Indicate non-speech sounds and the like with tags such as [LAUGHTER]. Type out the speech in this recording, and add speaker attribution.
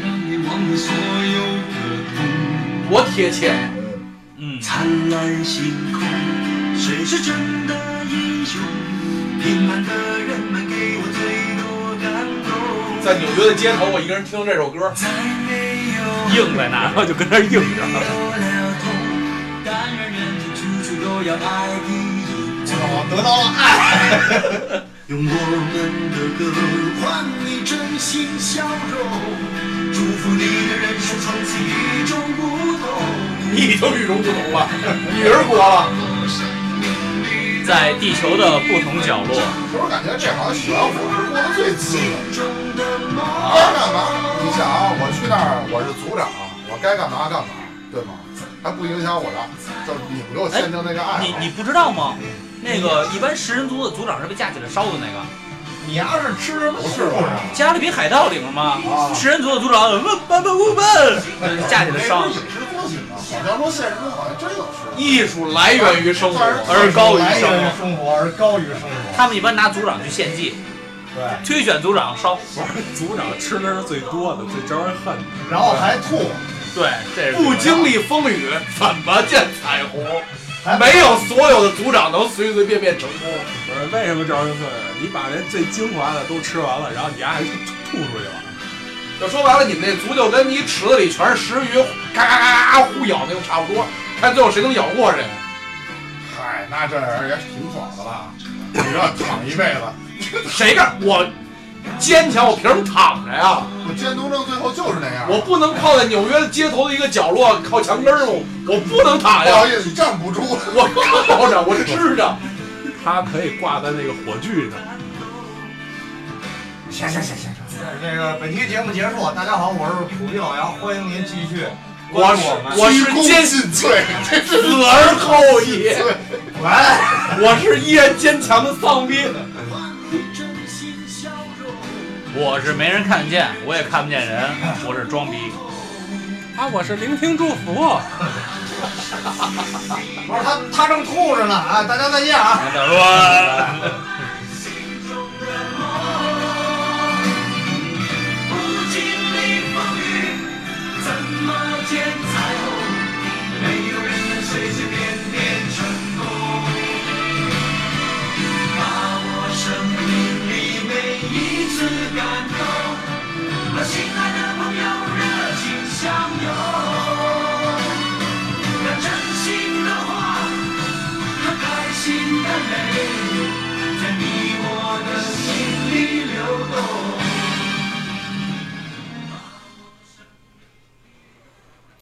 Speaker 1: 放所有的痛，
Speaker 2: 多贴切。
Speaker 3: 嗯，
Speaker 1: 灿烂星空，谁是真的英雄？平凡的人们给我最多感动。
Speaker 2: 在纽约的街头，我一个人听这首歌，
Speaker 1: 再没有
Speaker 3: 硬在那儿，然后就跟那儿硬
Speaker 2: [LAUGHS]
Speaker 4: [LAUGHS]
Speaker 3: 着。
Speaker 1: 有了痛，但愿人间处处都有爱的影踪。
Speaker 5: 得到了爱。
Speaker 1: 用我们的
Speaker 4: [LAUGHS]
Speaker 1: 歌换你真心笑容，祝福你的人生从此与众不同。
Speaker 2: 你就与众不同了，女儿国了。
Speaker 3: 在地球的不同角落，
Speaker 5: 我感觉这行玄乎是过得最滋的。
Speaker 1: 中的梦，
Speaker 5: 该干嘛？你想啊，我去那儿我是组长，我该干嘛干嘛，对吗？还不影响我的，就是你们给我限定那个爱好。
Speaker 2: 哎
Speaker 6: 你你不知道吗？那个一般食人族的族长是被架起来烧的那个，
Speaker 7: 你要是吃什么
Speaker 5: 不
Speaker 7: 素
Speaker 5: 是我
Speaker 7: 啊？
Speaker 5: 呀，
Speaker 6: 加勒比海盗里面吗？
Speaker 5: 啊，
Speaker 6: 食人族的族长，问班班乌班，架起来烧
Speaker 5: 那。不是影视作品吗？好像说现实中好像真有吃。
Speaker 2: [LAUGHS] 艺术来源于生活，
Speaker 5: 而
Speaker 3: 高于
Speaker 7: 来
Speaker 3: 生
Speaker 7: 源于
Speaker 3: 活
Speaker 7: 生活，而高于生活。
Speaker 6: 他们一般拿组长去献祭，
Speaker 7: 对，
Speaker 6: 推选组长烧。
Speaker 3: 组长吃的是最多的，最招人恨的。
Speaker 7: 然后还吐，
Speaker 3: 对，这
Speaker 2: 不经历风雨怎么见彩虹？
Speaker 7: 还
Speaker 2: 没有所有的组长能随随便便成功。
Speaker 4: 不是为什么招人恨？你把人最精华的都吃完了，然后你丫还吐吐出去了。
Speaker 2: 就说白了，你们那足就跟你池子里全是石鱼，嘎嘎嘎嘎互咬那种差不多，看最后谁能咬过谁。
Speaker 5: 嗨，哎那这人也挺爽的了。你这躺一辈子，
Speaker 2: 谁干我坚强，我凭什么躺着呀？
Speaker 5: 我监督症最后就是那样。
Speaker 2: 我不能靠在纽约街头的一个角落靠墙根儿吗？我不能躺
Speaker 5: 不
Speaker 2: 呀，
Speaker 5: 好意思，站不住。
Speaker 2: 我靠着，我支着。
Speaker 4: 他可以挂在那个火炬上。
Speaker 7: 行行行行行，这个本期节目结束，大家好，我是苦病老杨，欢迎您继续
Speaker 2: 我
Speaker 7: 关
Speaker 2: 是
Speaker 7: 注我们。
Speaker 2: 我是
Speaker 5: 鞠躬
Speaker 2: 坚
Speaker 5: 尽瘁，这是
Speaker 2: 死而后已，
Speaker 7: 喂。
Speaker 2: 我是依然坚强的丧逼。
Speaker 1: 换你真心笑容。
Speaker 6: 我是没人看得见，我也看不见人，我是装逼。
Speaker 4: 啊，我是聆听祝福。
Speaker 7: 不是他，他正吐着呢啊！大家再见
Speaker 3: 哎
Speaker 7: 啊！
Speaker 1: 不经历风雨，怎么见彩虹？没有人能随随便便成功。把握生命里每一次感动，和心爱的朋友热情相拥。那真心的话和开心的泪，在你我的心里流动。